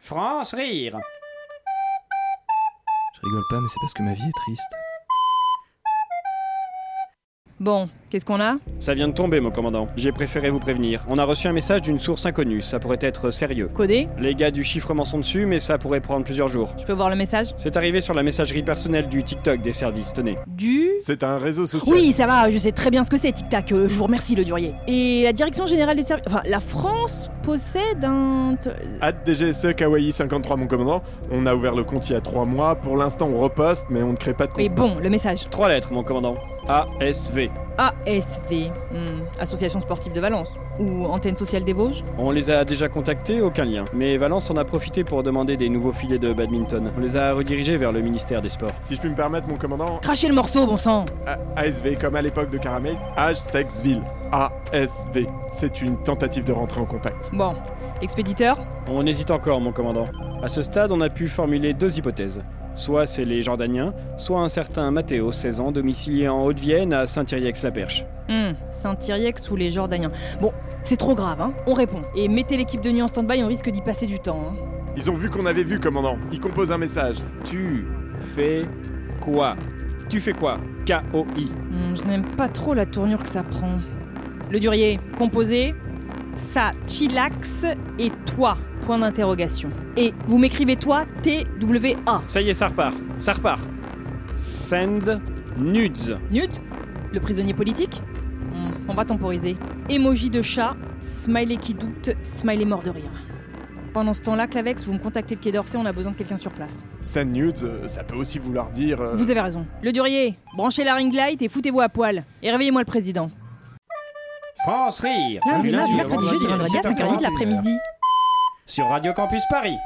France rire. Je rigole pas, mais c'est parce que ma vie est triste. Bon, qu'est-ce qu'on a Ça vient de tomber, mon commandant. J'ai préféré vous prévenir. On a reçu un message d'une source inconnue, ça pourrait être sérieux. Codé Les gars du chiffrement sont dessus, mais ça pourrait prendre plusieurs jours. Je peux voir le message C'est arrivé sur la messagerie personnelle du TikTok des services, tenez. Du... C'est un réseau social. Oui, ça va, je sais très bien ce que c'est, Tic Tac, euh, je vous remercie, le Durier. Et la Direction Générale des Services... Enfin, la France possède un... te- At DGSE E, Kawaii 53, mon commandant. On a ouvert le compte il y a 3 mois. Pour l'instant, on reposte, mais on ne crée pas de compte. Oui, bon, le message. Trois lettres, mon commandant. ASV. ASV, hmm, Association Sportive de Valence, ou Antenne Sociale des Vosges. On les a déjà contactés, aucun lien. Mais Valence en a profité pour demander des nouveaux filets de badminton. On les a redirigés vers le ministère des Sports. Si je puis me permettre, mon commandant, Crachez le morceau, bon sang A- ASV, comme à l'époque de Caramel, H. Sexville. ASV. C'est une tentative de rentrer en contact. Bon, expéditeur On hésite encore, mon commandant. À ce stade, on a pu formuler deux hypothèses. Soit c'est les Jordaniens, soit un certain Matteo, 16 ans, domicilié en Haute-Vienne à Saint-Iriex-la-Perche. Hmm, Saint-Iriax ou les Jordaniens. Bon, c'est trop grave, hein On répond. Et mettez l'équipe de nuit en stand-by, on risque d'y passer du temps, hein. Ils ont vu qu'on avait vu, commandant. Ils composent un message. Tu fais quoi Tu fais quoi K-O-I. Hmm, je n'aime pas trop la tournure que ça prend. Le durier, composé, ça, chillax et toi, point d'interrogation. Et vous m'écrivez toi, T-W-A. Ça y est, ça repart. Ça repart. Send nudes. Newt Le prisonnier politique Hmm, On va temporiser. Emoji de chat, smiley qui doute, smiley mort de rire. Pendant ce temps-là, Clavex, vous me contactez le Quai d'Orsay, on a besoin de quelqu'un sur place. Send nudes, euh, ça peut aussi vouloir dire. euh, Vous avez raison. Le durier, branchez la ring light et foutez-vous à poil. Et réveillez-moi le président. France Rire. Lundi, Du mardi, au mercredi, vendredi, jeudi, vendredi à 7h40, 5h30 de l'après-midi. Sur Radio Campus Paris.